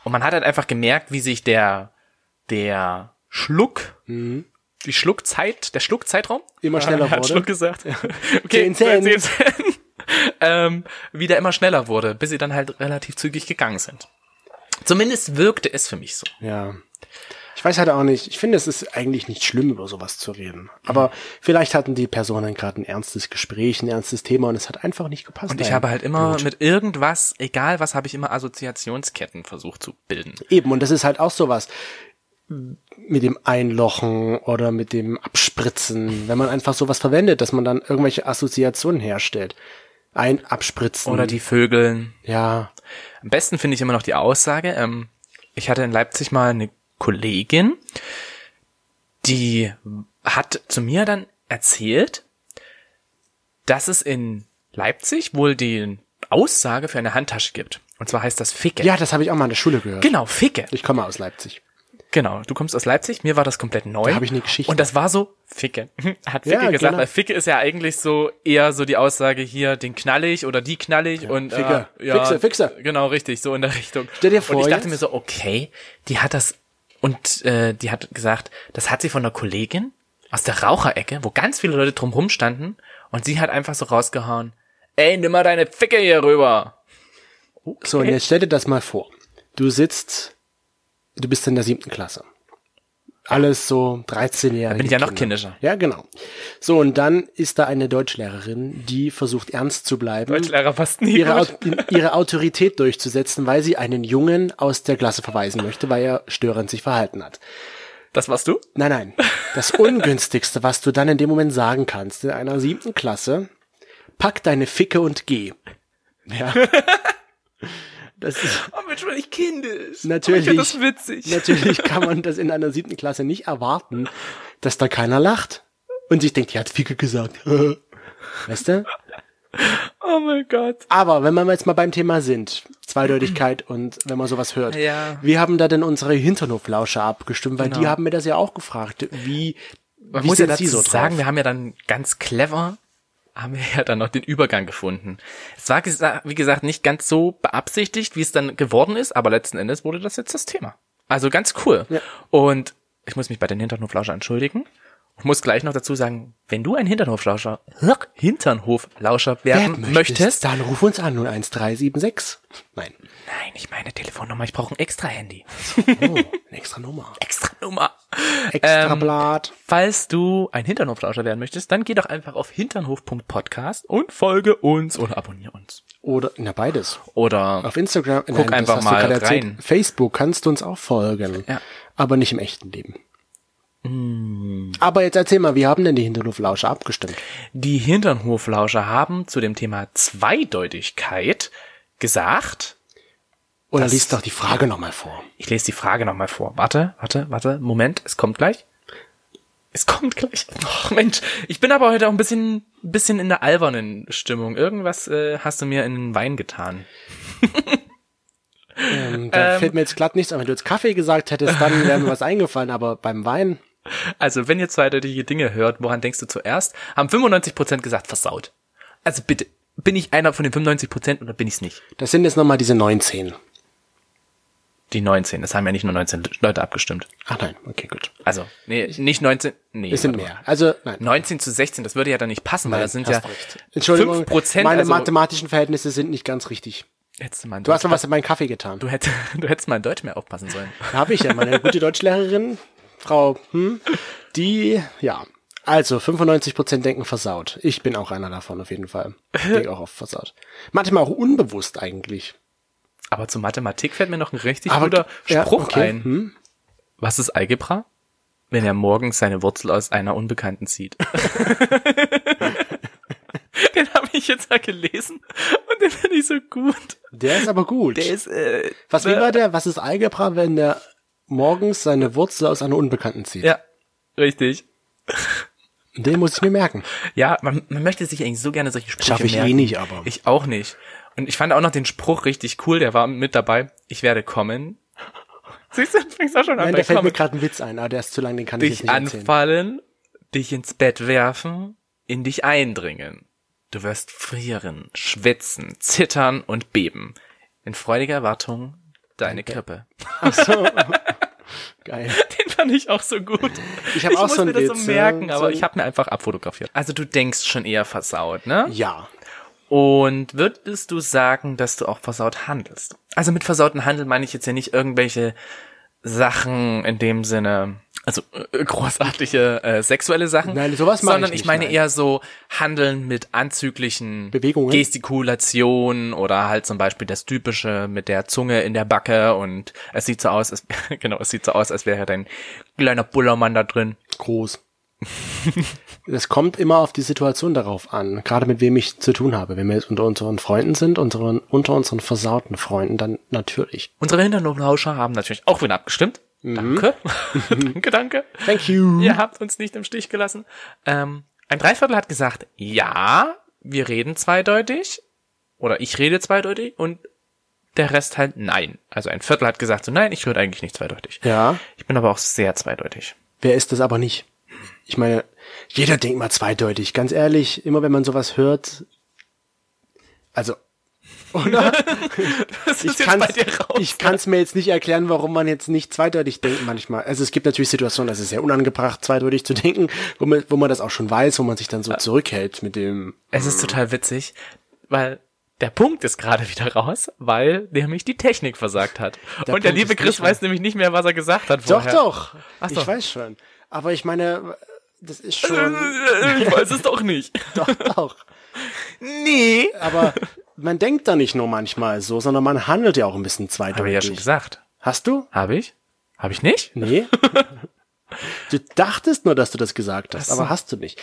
S2: Und man hat halt einfach gemerkt, wie sich der, der Schluck, die Schluckzeit, der Schluckzeitraum,
S1: Mhm. Immer schneller
S2: hat
S1: wurde.
S2: Schluck gesagt. Okay,
S1: Zehn Cent.
S2: zehn Cent. ähm, wieder immer schneller wurde, bis sie dann halt relativ zügig gegangen sind. Zumindest wirkte es für mich so.
S1: Ja. Ich weiß halt auch nicht. Ich finde, es ist eigentlich nicht schlimm, über sowas zu reden. Aber vielleicht hatten die Personen gerade ein ernstes Gespräch, ein ernstes Thema und es hat einfach nicht gepasst.
S2: Und ich habe halt immer mit irgendwas, egal was, habe ich immer Assoziationsketten versucht zu bilden.
S1: Eben, und das ist halt auch sowas. Mit dem Einlochen oder mit dem Abspritzen, wenn man einfach sowas verwendet, dass man dann irgendwelche Assoziationen herstellt. Ein Abspritzen.
S2: Oder die Vögeln.
S1: ja.
S2: Mhm. Am besten finde ich immer noch die Aussage. Ähm, ich hatte in Leipzig mal eine Kollegin, die hat zu mir dann erzählt, dass es in Leipzig wohl die Aussage für eine Handtasche gibt. Und zwar heißt das Ficke.
S1: Ja, das habe ich auch mal in der Schule gehört.
S2: Genau, Ficke.
S1: Ich komme aus Leipzig.
S2: Genau, du kommst aus Leipzig, mir war das komplett neu.
S1: Da hab ich eine Geschichte.
S2: Und das war so, Ficke. Hat Ficke
S1: Ja,
S2: gesagt,
S1: genau.
S2: weil Ficke ist ja eigentlich so eher so die Aussage hier, den knall ich oder die knall ich und
S1: Ficke.
S2: äh, ja,
S1: Fixe, Fixe.
S2: Genau, richtig, so in der Richtung.
S1: Stell dir vor
S2: Und ich dachte
S1: jetzt-
S2: mir so, okay, die hat das und äh, die hat gesagt, das hat sie von einer Kollegin aus der Raucherecke, wo ganz viele Leute drumherum standen und sie hat einfach so rausgehauen, ey, nimm mal deine Ficke hier rüber.
S1: So, und jetzt stell dir das mal vor. Du sitzt, du bist in der siebten Klasse. Alles so 13 Jahre.
S2: bin ich ja noch kindischer.
S1: Ja, genau. So, und dann ist da eine Deutschlehrerin, die versucht ernst zu bleiben.
S2: Deutschlehrer passt nie
S1: Hm. ihre,
S2: gut.
S1: Au- ihre Autorität durchzusetzen, weil sie einen Jungen aus der Klasse verweisen möchte, weil er störend sich verhalten hat.
S2: Das warst du?
S1: Nein, nein. Das Ungünstigste, was du dann in dem Moment sagen kannst, in einer siebten Klasse, pack deine Ficke und geh. Ja. Das ist,
S2: Oh Mensch, war ich kindisch.
S1: Natürlich.
S2: Aber Ich find das witzig.
S1: Natürlich kann man das in einer siebten Klasse nicht erwarten, dass da keiner lacht und sich denkt, die hat Ficke gesagt. Weißt du?
S2: Oh mein Gott.
S1: Aber wenn wir jetzt mal beim Thema sind, Zweideutigkeit und wenn man sowas hört.
S2: Ja.
S1: Wir haben da denn unsere Hinternhoflauscher abgestimmt, weil die
S2: Genau.
S1: haben mir das ja auch gefragt, wie
S2: Man
S1: wie
S2: muss ja
S1: sind
S2: dazu
S1: sie so drauf?
S2: sagen, wir haben ja dann ganz clever, haben wir ja dann noch den Übergang gefunden. Es war, gesa- wie gesagt, nicht ganz so beabsichtigt, wie es dann geworden ist, aber letzten Endes wurde das jetzt das Thema. Also ganz cool. Und ich muss mich bei den Hinternhoflauscher entschuldigen. Ich muss gleich noch dazu sagen, wenn du ein Hinternhoflauscher, Hinternhoflauscher werden
S1: Werden
S2: möchtest,
S1: dann ruf uns an 01376. Nein,
S2: nein, ich meine Telefonnummer, ich brauche ein extra Handy.
S1: oh, eine extra Nummer.
S2: Extra Nummer.
S1: Extra
S2: Ähm.
S1: Blatt.
S2: Falls du ein Hinternhoflauscher werden möchtest, dann geh doch einfach auf hinternhof.podcast und folge uns oder abonniere uns.
S1: Oder na beides.
S2: Oder
S1: Auf Instagram, guck
S2: einfach mal rein.
S1: Facebook kannst du uns auch folgen,
S2: Ja.
S1: aber nicht im echten Leben.
S2: Hm.
S1: Aber jetzt erzähl mal, wie haben denn die Hinterhoflauscher abgestimmt?
S2: die Hinternhoflauscher haben zu dem Thema Zweideutigkeit gesagt,
S1: Oder liest doch die Frage nochmal vor.
S2: ich lese die Frage nochmal vor. Warte, warte, warte, Moment, es kommt gleich. Es kommt gleich. Ach Mensch, ich bin aber heute auch ein bisschen, ein bisschen in der albernen Stimmung. Irgendwas äh, hast du mir in den Wein getan.
S1: Ähm, da fällt mir jetzt glatt nichts an. Wenn du jetzt Kaffee gesagt hättest, dann wäre mir was eingefallen, aber beim Wein,
S2: Also, wenn ihr zweideutige Dinge hört, woran denkst du zuerst? Haben 95% gesagt, versaut. Also bitte, bin ich einer von den 95% oder bin ich's nicht?
S1: das sind jetzt nochmal diese 19.
S2: Die 19, das haben ja nicht nur 19 Leute abgestimmt.
S1: Ach Ah, nein, okay, gut.
S2: Also, nee, nicht 19, nee.
S1: Es sind
S2: warte mal.
S1: mehr. Also, nein.
S2: 19 zu 16, das würde ja dann nicht passen, weil das sind ja
S1: hast recht. Entschuldigung,
S2: 5%.
S1: meine
S2: also,
S1: mathematischen Verhältnisse sind nicht ganz richtig.
S2: hättest du, mal in
S1: Du hast
S2: Deutsch-
S1: mal was in meinen Kaffee getan.
S2: du, hättest, du hättest mal in Deutsch mehr aufpassen sollen.
S1: Habe ich ja, meine gute Deutschlehrerin, Frau, hm, die, ja. Also, 95% denken versaut. Ich bin auch einer davon, auf jeden Fall. Ich denke auch oft versaut. Manchmal auch unbewusst eigentlich.
S2: Aber zur Mathematik fällt mir noch ein richtig
S1: Aber-
S2: guter
S1: ja,
S2: Spruch
S1: okay, hm?
S2: ein. Was ist Algebra? Wenn er morgens seine Wurzel aus einer Unbekannten zieht. den habe ich jetzt mal gelesen und den finde ich so gut.
S1: Der ist aber gut.
S2: Der ist, äh,
S1: Was, wie war der? Was ist Algebra, wenn der morgens seine Wurzel aus einer Unbekannten zieht?
S2: ja, richtig.
S1: Den muss ich mir merken.
S2: Ja, man, man möchte sich eigentlich so gerne solche Sprüche
S1: Schaffe ich eh
S2: merken.
S1: nicht, aber.
S2: Ich auch nicht. Und ich fand auch noch den Spruch richtig cool, der war mit dabei. Ich werde kommen. Siehst du, fängst auch schon an
S1: Nein,
S2: bei
S1: da fällt
S2: kommen.
S1: mir gerade ein Witz ein, aber der ist zu lang, den kann ich jetzt
S2: dich
S1: nicht erzählen.
S2: anfallen, dich ins Bett werfen, in dich eindringen. Du wirst frieren, schwitzen, zittern und beben. In freudiger Erwartung deine Krippe.
S1: Ach so. Geil.
S2: Den fand ich auch so gut.
S1: Ich hab auch
S2: muss
S1: so
S2: mir
S1: einen
S2: das
S1: Witz,
S2: so merken,
S1: ja,
S2: aber
S1: so-
S2: ich habe mir einfach abfotografiert. Also du denkst schon eher versaut, ne?
S1: Ja.
S2: Und würdest du sagen, dass du auch versaut handelst? Also mit versauten Handel meine ich jetzt ja nicht irgendwelche Sachen in dem Sinne, also äh, großartige äh, sexuelle Sachen.
S1: Nein, sowas mache ich
S2: Sondern ich,
S1: nicht,
S2: meine
S1: nein.
S2: eher so Handeln mit anzüglichen
S1: Bewegungen?
S2: Gestikulationen oder halt zum Beispiel das typische mit der Zunge in der Backe und es sieht so aus, als, genau, es sieht so aus, als wäre dein kleiner Bullermann da drin.
S1: Groß. Das kommt immer auf die Situation darauf an, gerade mit wem ich zu tun habe. Wenn wir jetzt unter unseren Freunden sind, unseren, unter unseren versauten Freunden, dann natürlich.
S2: Unsere Hinternumlauscher haben natürlich auch wieder abgestimmt.
S1: Mhm.
S2: Danke. danke, danke.
S1: Thank you.
S2: Ihr habt uns nicht im Stich gelassen. Ähm, ein Dreiviertel hat gesagt, ja, wir reden zweideutig. Oder ich rede zweideutig. Und der Rest halt nein. Also ein Viertel hat gesagt so, nein, ich höre eigentlich nicht zweideutig.
S1: Ja.
S2: Ich bin aber auch sehr zweideutig.
S1: Wer ist das aber nicht? Ich meine, jeder denkt mal zweideutig. Ganz ehrlich, immer wenn man sowas hört, also, oder?
S2: Das
S1: ich kann's, ich kann's mir jetzt nicht erklären, warum man jetzt nicht zweideutig denkt manchmal. Also es gibt natürlich Situationen, das ist sehr unangebracht, zweideutig zu denken, wo man, wo man das auch schon weiß, wo man sich dann so zurückhält mit dem.
S2: Es ist total witzig, weil der Punkt ist gerade wieder raus, weil nämlich die Technik versagt hat. Und der
S1: Punkt
S2: liebe
S1: ist
S2: Chris
S1: nicht
S2: weiß nämlich nicht mehr, was er gesagt hat
S1: Doch,
S2: vorher.
S1: doch.
S2: Ach so.
S1: Ich weiß schon. Aber ich meine, das ist schon
S2: Ich weiß es doch nicht.
S1: doch, doch.
S2: Nee.
S1: Aber man denkt da nicht nur manchmal so, sondern man handelt ja auch ein bisschen
S2: Habe ich ja schon
S1: zweideutig.
S2: gesagt.
S1: Hast du?
S2: Habe ich? Habe ich nicht?
S1: Nee. du dachtest nur, dass du das gesagt hast, aber hast du nicht.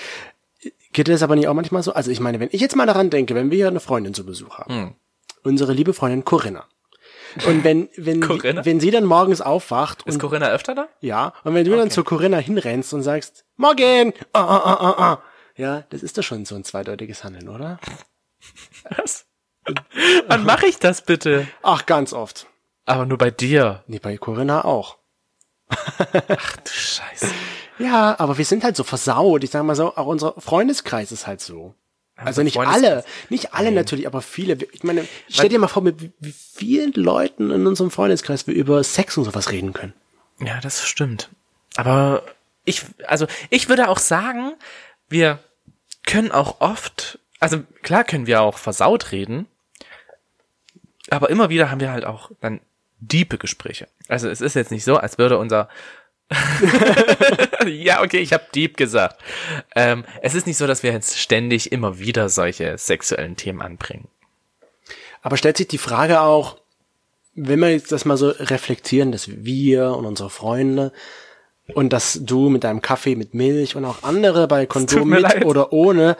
S1: Geht dir das aber nicht auch manchmal so? Also ich meine, wenn ich jetzt mal daran denke, wenn wir hier eine Freundin zu Besuch haben, unsere liebe Freundin Corinna. Und wenn, wenn,
S2: Corinna?
S1: wenn sie dann morgens aufwacht
S2: Ist
S1: und,
S2: Corinna öfter da?
S1: ja, und wenn du dann zu Corinna hinrennst und sagst, Morgen! Ah, ah, ah, ah, ah. Ja, das ist doch schon so ein zweideutiges Handeln, oder?
S2: Was? Wann mache ich das bitte?
S1: Ach, ganz oft.
S2: Aber nur bei dir.
S1: Nee, bei Corinna auch.
S2: Ach du Scheiße.
S1: Ja, aber wir sind halt so versaut. Ich sag mal so, auch unser Freundeskreis ist halt so. Also nicht
S2: Freundeskreis-
S1: alle, nicht alle natürlich, aber viele. Ich meine, stell dir mal vor, mit wie- wie vielen Leuten in unserem Freundeskreis wir über Sex und sowas reden können.
S2: Ja, das stimmt. Aber ich, also ich würde auch sagen, wir können auch oft, also klar können wir auch versaut reden, aber immer wieder haben wir halt auch dann diepe Gespräche. Also es ist jetzt nicht so, als würde unser ja, okay, ich habe deep gesagt. Ähm, es ist nicht so, dass wir jetzt ständig immer wieder solche sexuellen Themen anbringen.
S1: Aber stellt sich die Frage auch, wenn wir jetzt das mal so reflektieren, dass wir und unsere Freunde und dass du mit deinem Kaffee mit Milch und auch andere bei Kondom
S2: mir
S1: mit
S2: leid.
S1: oder ohne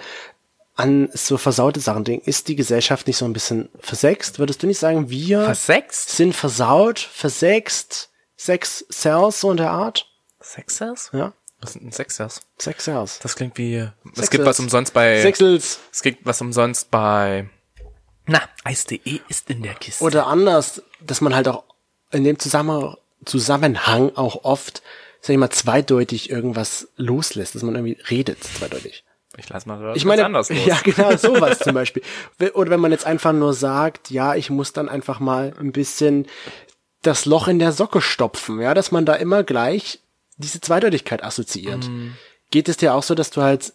S1: an so versaute Sachen denken, ist die Gesellschaft nicht so ein bisschen versext? Würdest du nicht sagen, wir
S2: Versext?
S1: sind versaut, versext, Sex Cells so in der Art?
S2: Sexers?
S1: Ja,
S2: Was sind denn Sexers?
S1: Sex Cells.
S2: Das klingt wie. Es
S1: Sexes.
S2: gibt was umsonst bei.
S1: Sexels
S2: Es gibt was umsonst bei. Na, Eis.de ist in der Kiste.
S1: oder anders, dass man halt auch in dem Zusammen Zusammenhang auch oft, sag ich mal, zweideutig irgendwas loslässt, dass man irgendwie redet zweideutig.
S2: ich lass mal
S1: Ich meine,
S2: anders los.
S1: ja genau, sowas zum Beispiel. We- Oder wenn man jetzt einfach nur sagt, ja, ich muss dann einfach mal ein bisschen das Loch in der Socke stopfen, ja, dass man da immer gleich diese Zweideutigkeit assoziiert. Geht es dir auch so, dass du halt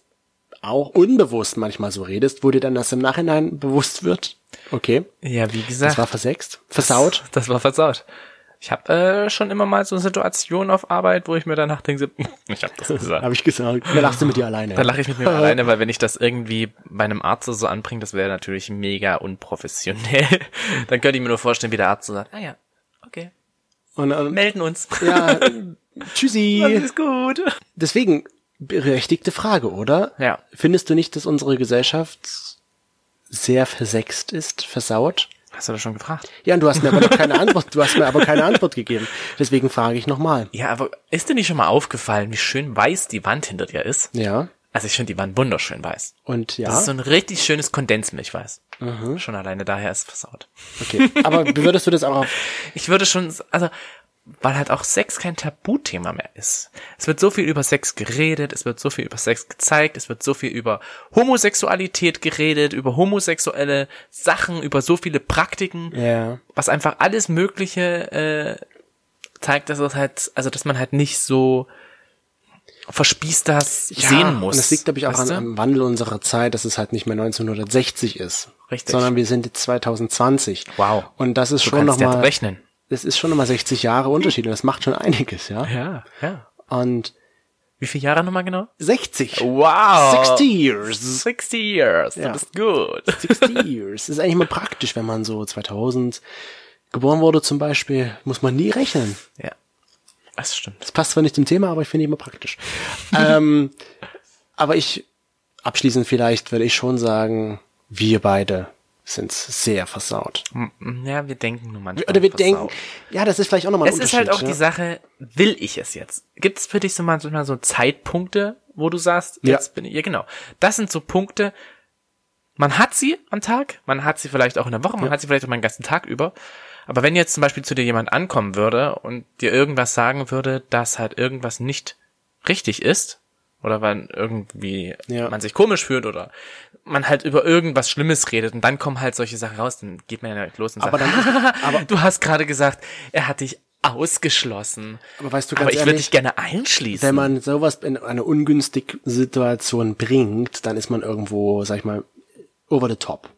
S1: auch unbewusst manchmal so redest, wo dir dann das im Nachhinein bewusst wird? Okay,
S2: Ja, wie
S1: das
S2: gesagt.
S1: war versext, versaut.
S2: Das war versaut. Ich habe äh, schon immer mal so Situationen auf Arbeit, wo ich mir danach denke, ich habe das gesagt.
S1: Habe ich gesagt. Da lachst du mit dir
S2: Da
S1: alleine.
S2: lache ich mit mir alleine, weil wenn ich das irgendwie meinem Arzt so anbringe, das wäre natürlich mega unprofessionell. Dann könnte ich mir nur vorstellen, wie der Arzt so sagt, ah ja, okay,
S1: Und, ähm,
S2: melden uns.
S1: ja, tschüssi.
S2: Alles gut.
S1: Deswegen, berechtigte Frage, oder?
S2: Ja.
S1: Findest du nicht, dass unsere Gesellschaft sehr versext ist, versaut?
S2: Hast du das schon gefragt?
S1: Ja, und du hast mir aber noch keine Antwort, du hast mir aber keine Antwort gegeben. Deswegen frage ich nochmal.
S2: Ja, aber ist dir nicht schon mal aufgefallen, wie schön weiß die Wand hinter dir ist?
S1: Ja.
S2: Also ich finde die Wand wunderschön weiß.
S1: Und ja. Mhm.
S2: Das ist so ein richtig schönes Kondensmilchweiß. Schon alleine daher ist versaut.
S1: Okay. Aber würdest du das auch auf,
S2: Ich würde schon, s- also, weil halt auch Sex kein Tabuthema mehr ist. Es wird so viel über Sex geredet, es wird so viel über Sex gezeigt, es wird so viel über Homosexualität geredet, über homosexuelle Sachen, über so viele Praktiken,
S1: Ja.
S2: was einfach alles Mögliche äh, zeigt, dass es halt, also dass man halt nicht so verspießt das sehen muss.
S1: Und das liegt, glaube ich, auch
S2: weißt
S1: an,
S2: du?
S1: am Wandel unserer Zeit, dass es halt nicht mehr 1960 ist.
S2: Richtig.
S1: Sondern wir sind jetzt 2020.
S2: Wow.
S1: Und das ist
S2: Du
S1: schon
S2: kannst ja
S1: nochmal,
S2: rechnen.
S1: das ist schon nochmal 60 Jahre Unterschied und das macht schon einiges, ja?
S2: Ja, ja.
S1: Und
S2: Wie viele Jahre nochmal genau?
S1: 60.
S2: Wow.
S1: 60 years.
S2: 60 years.
S1: Ja.
S2: Das ist gut.
S1: 60 years. Das ist eigentlich mal praktisch, wenn man so 2000 geboren wurde zum Beispiel, muss man nie rechnen.
S2: Ja. Das stimmt.
S1: Das passt zwar nicht zum Thema, aber ich finde immer praktisch. ähm, aber ich, abschließend vielleicht, würde ich schon sagen, wir beide sind sehr versaut.
S2: M- m- Ja, wir denken nur manchmal.
S1: Oder wir
S2: versaut.
S1: denken, ja, das ist vielleicht auch nochmal ein
S2: Es ist
S1: Unterschied.
S2: halt auch
S1: ne?
S2: die Sache, will ich es jetzt? Gibt es für dich so manchmal so Zeitpunkte, wo du sagst,
S1: Ja.
S2: jetzt bin ich, ja genau. Das sind so Punkte, Man hat sie am Tag, man hat sie vielleicht auch in der Woche, man hat sie vielleicht auch mal den ganzen Tag über. Aber wenn jetzt zum Beispiel zu dir jemand ankommen würde und dir irgendwas sagen würde, dass halt irgendwas nicht richtig ist, oder weil irgendwie
S1: Ja.
S2: man sich komisch fühlt oder man halt über irgendwas Schlimmes redet und dann kommen halt solche Sachen raus, dann geht man ja direkt los und
S1: Aber
S2: sagt,
S1: dann- aber-
S2: du hast gerade gesagt, er hat dich ausgeschlossen.
S1: Aber weißt du, ganz
S2: Aber ich würde
S1: ehrlich,
S2: dich gerne einschließen.
S1: wenn man sowas in eine ungünstige Situation bringt, dann ist man irgendwo, sag ich mal, over the top.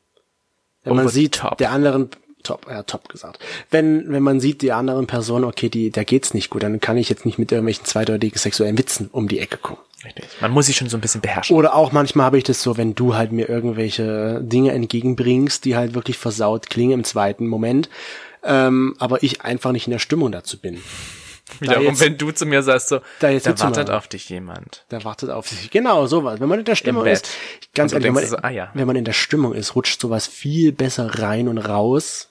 S1: Wenn man
S2: Over the
S1: sieht,
S2: Oh top.
S1: der anderen top, ja, top gesagt. Wenn, wenn man sieht, die anderen Person, okay, die, der geht's nicht gut, dann kann ich jetzt nicht mit irgendwelchen zweideutigen sexuellen Witzen um die Ecke kommen.
S2: Richtig. Man muss sich schon so ein bisschen beherrschen.
S1: Oder auch manchmal habe ich das so, wenn du halt mir irgendwelche Dinge entgegenbringst, die halt wirklich versaut klingen im zweiten Moment, ähm, aber ich einfach nicht in der Stimmung dazu bin.
S2: Wiederum,
S1: jetzt-
S2: wenn du zu mir sagst, so,
S1: Da
S2: da,
S1: jetzt mitzumachen.
S2: wartet auf dich jemand.
S1: Der wartet auf sich. Genau, sowas. Wenn man in der Stimmung
S2: Bett.
S1: ist, ganz
S2: Und du
S1: ehrlich, wenn man,
S2: denkst so, ah, ja.
S1: wenn man in der Stimmung ist, rutscht sowas viel besser rein und raus.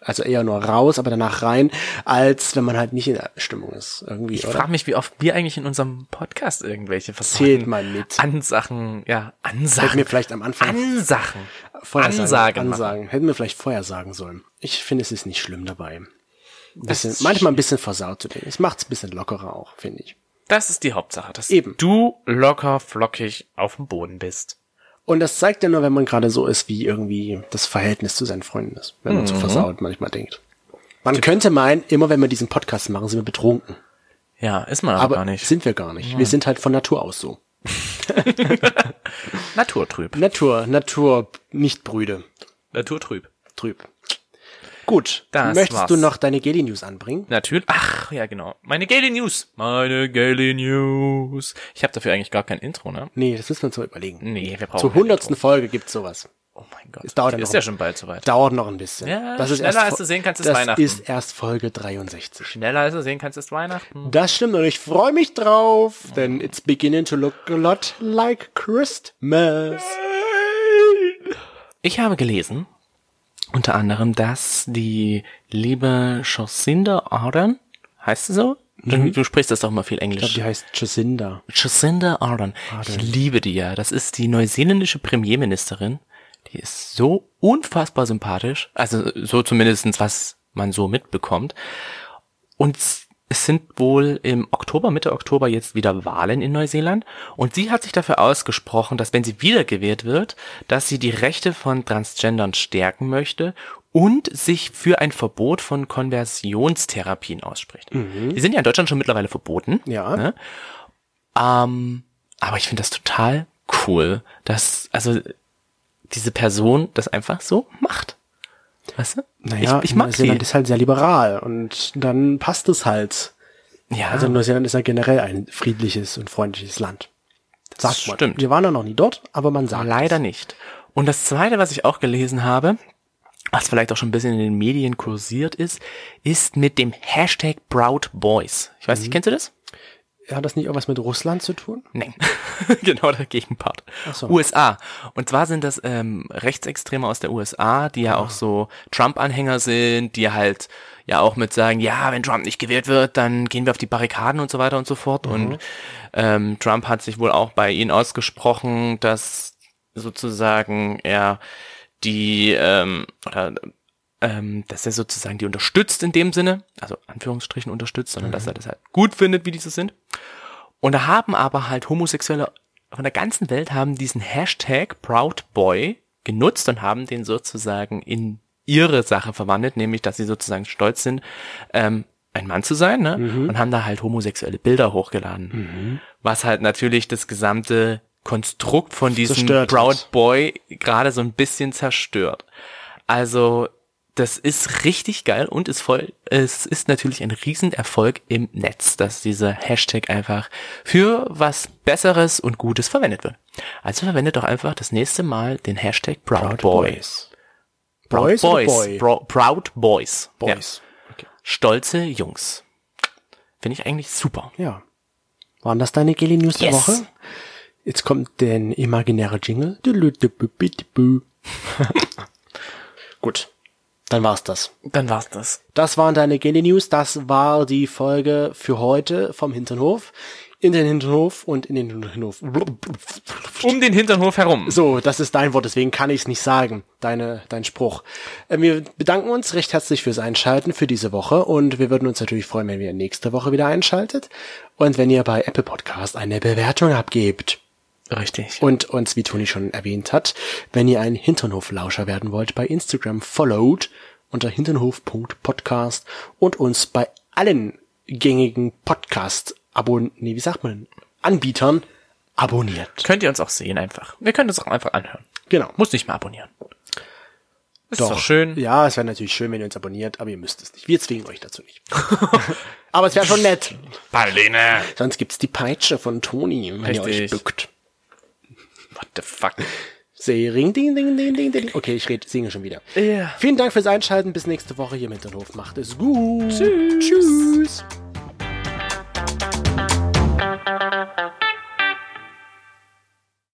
S1: Also eher nur raus, aber danach rein, als wenn man halt nicht in der Stimmung ist. Irgendwie,
S2: Ich
S1: oder?
S2: frage mich, wie oft wir eigentlich in unserem Podcast irgendwelche
S1: Zählt
S2: versauten
S1: mal mit.
S2: Ansachen, ja,
S1: Hätten
S2: Ansachen,
S1: wir vielleicht am Anfang
S2: Ansachen,
S1: vorher sagen-
S2: Ansagen machen.
S1: Ansagen. Hätten wir vielleicht vorher sagen sollen. Ich finde, es ist nicht schlimm dabei. Ein bisschen,
S2: ist
S1: manchmal ein bisschen versaut zu denken. Es macht's ein bisschen lockerer auch, finde ich.
S2: Das ist die Hauptsache, dass
S1: Eben.
S2: du locker flockig auf dem Boden bist.
S1: Und das zeigt ja nur, wenn man gerade so ist, wie irgendwie das Verhältnis zu seinen Freunden ist, wenn man
S2: Mhm.
S1: so versaut manchmal denkt. Man könnte meinen, immer wenn wir diesen Podcast machen, sind wir betrunken.
S2: Ja, ist man aber,
S1: Aber
S2: gar nicht.
S1: sind wir gar nicht. Wir sind halt von Natur aus so.
S2: Naturtrüb.
S1: Natur, Natur, nicht brüde,
S2: Naturtrüb.
S1: trüb. Gut,
S2: Das
S1: möchtest
S2: war's.
S1: du noch deine Geli News anbringen?
S2: Natürlich. Ach, ja, genau. Meine Gaily News. Meine Gaily News. Ich habe dafür eigentlich gar kein Intro, ne?
S1: Nee, das müssen wir uns mal überlegen.
S2: Nee, wir brauchen
S1: Zur
S2: kein
S1: hundertsten Folge gibt's sowas.
S2: Intro. Oh mein Gott.
S1: Es dauert ja
S2: ist
S1: noch-
S2: ja schon bald soweit.
S1: Dauert noch ein bisschen.
S2: Ja, schneller, als
S1: Fo-
S2: du sehen kannst, ist
S1: Das
S2: Weihnachten.
S1: ist erst Folge 63.
S2: Schneller als du sehen kannst, ist Weihnachten.
S1: Das stimmt und ich freue mich drauf, denn it's beginning to look a lot like Christmas.
S2: Ich habe gelesen, unter anderem, dass die liebe Jacinda Ardern, heißt sie so?
S1: Mhm.
S2: Du, du sprichst das doch mal viel Englisch.
S1: Die heißt Jacinda.
S2: Jacinda Ardern. Ich liebe die ja. Das ist die neuseeländische Premierministerin. Die ist so unfassbar sympathisch. Also so zumindestens, was man so mitbekommt. Und s- es sind wohl im Oktober, Mitte Oktober jetzt wieder Wahlen in Neuseeland. Und sie hat sich dafür ausgesprochen, dass wenn sie wiedergewählt wird, dass sie die Rechte von Transgendern stärken möchte und sich für ein Verbot von Konversionstherapien ausspricht. Die sind ja in Deutschland schon mittlerweile verboten.
S1: Ja.
S2: Ne? Ähm, aber ich finde das total cool, dass, also, diese Person das einfach so macht. Weißt du?
S1: Naja,
S2: ich, ich mag sie.
S1: Neuseeland ist halt sehr liberal und dann passt es halt.
S2: Ja,
S1: Also Neuseeland ist ja generell ein friedliches und freundliches Land. Sagt man.
S2: stimmt.
S1: Wir waren ja noch nie dort, aber man sagt
S2: Leider nicht. Und das Zweite, was ich auch gelesen habe, was vielleicht auch schon ein bisschen in den Medien kursiert ist, ist mit dem Hashtag Proud Boys. Ich
S1: Mhm.
S2: weiß nicht, kennst du das?
S1: es. Hat das nicht irgendwas mit Russland zu tun?
S2: Nein, genau der Gegenpart.
S1: so.
S2: USA. Und zwar sind das ähm, Rechtsextreme aus der USA, die ja auch so Trump-Anhänger sind, die halt ja auch mit sagen, ja, wenn Trump nicht gewählt wird, dann gehen wir auf die Barrikaden und so weiter und so fort. Und ähm, Trump hat sich wohl auch bei ihnen ausgesprochen, dass sozusagen er die ähm, oder ähm, dass er sozusagen die unterstützt in dem Sinne, also Anführungsstrichen unterstützt, sondern
S1: Mhm.
S2: dass er das halt gut findet, wie diese sind. Und da haben aber halt Homosexuelle von der ganzen Welt haben diesen Hashtag ProudBoy genutzt und haben den sozusagen in ihre Sache verwandelt, nämlich dass sie sozusagen stolz sind, ähm, ein Mann zu sein, ne?
S1: Mhm.
S2: Und haben da halt homosexuelle Bilder hochgeladen. Was halt natürlich das gesamte Konstrukt von diesem
S1: Zerstört hat.
S2: Proud Boy gerade so ein bisschen zerstört. Also, das ist richtig geil und ist voll, es ist natürlich ein Riesenerfolg im Netz, dass dieser Hashtag einfach für was Besseres und Gutes verwendet wird. Also verwendet doch einfach das nächste Mal den Hashtag Proud, Boy.
S1: Boys. Boys. oder
S2: Boys.
S1: Boy?
S2: Pro, proud Boys.
S1: Boys.
S2: Ja. Stolze Jungs. Finde ich eigentlich super.
S1: Ja. Waren das deine Geli News der
S2: Yes.
S1: Woche? Jetzt kommt der imaginäre Jingle. Dülüdübübüdübü. Gut. Dann war's das.
S2: Dann war's das.
S1: Das waren deine Genie News. Das war die Folge für heute vom Hinternhof. in den Hinterhof und in den Hinterhof.
S2: Um den Hinternhof herum.
S1: So, das ist dein Wort, deswegen kann ich es nicht sagen, deine, dein Spruch. Äh, wir bedanken uns recht herzlich fürs Einschalten für diese Woche und wir würden uns natürlich freuen, wenn ihr nächste Woche wieder einschaltet und wenn ihr bei Apple Podcast eine Bewertung abgebt.
S2: Richtig.
S1: Und uns, wie Toni schon erwähnt hat, wenn ihr ein Hinternhoflauscher werden wollt, bei Instagram followed unter hinternhof.podcast und uns bei allen gängigen Podcast abon nee, wie sagt man, Anbietern abonniert.
S2: Könnt ihr uns auch sehen einfach. Wir können uns auch einfach anhören.
S1: Genau.
S2: Muss nicht mal abonnieren. Ist doch, schön.
S1: Ja, es wäre natürlich schön, wenn ihr uns abonniert, aber ihr müsst es nicht. Wir zwingen euch dazu nicht. aber es wäre schon nett.
S2: Pauline.
S1: Sonst gibt's die Peitsche von Toni, wenn ihr euch
S2: Richtig.
S1: bückt.
S2: What the fuck?
S1: Sering, ding, ding, ding, ding, ding. Okay, ich red, singe schon wieder.
S2: Ja.
S1: Vielen Dank fürs Einschalten. Bis nächste Woche hier im Hinterhof. Macht es gut. Tschüss. Tschüss.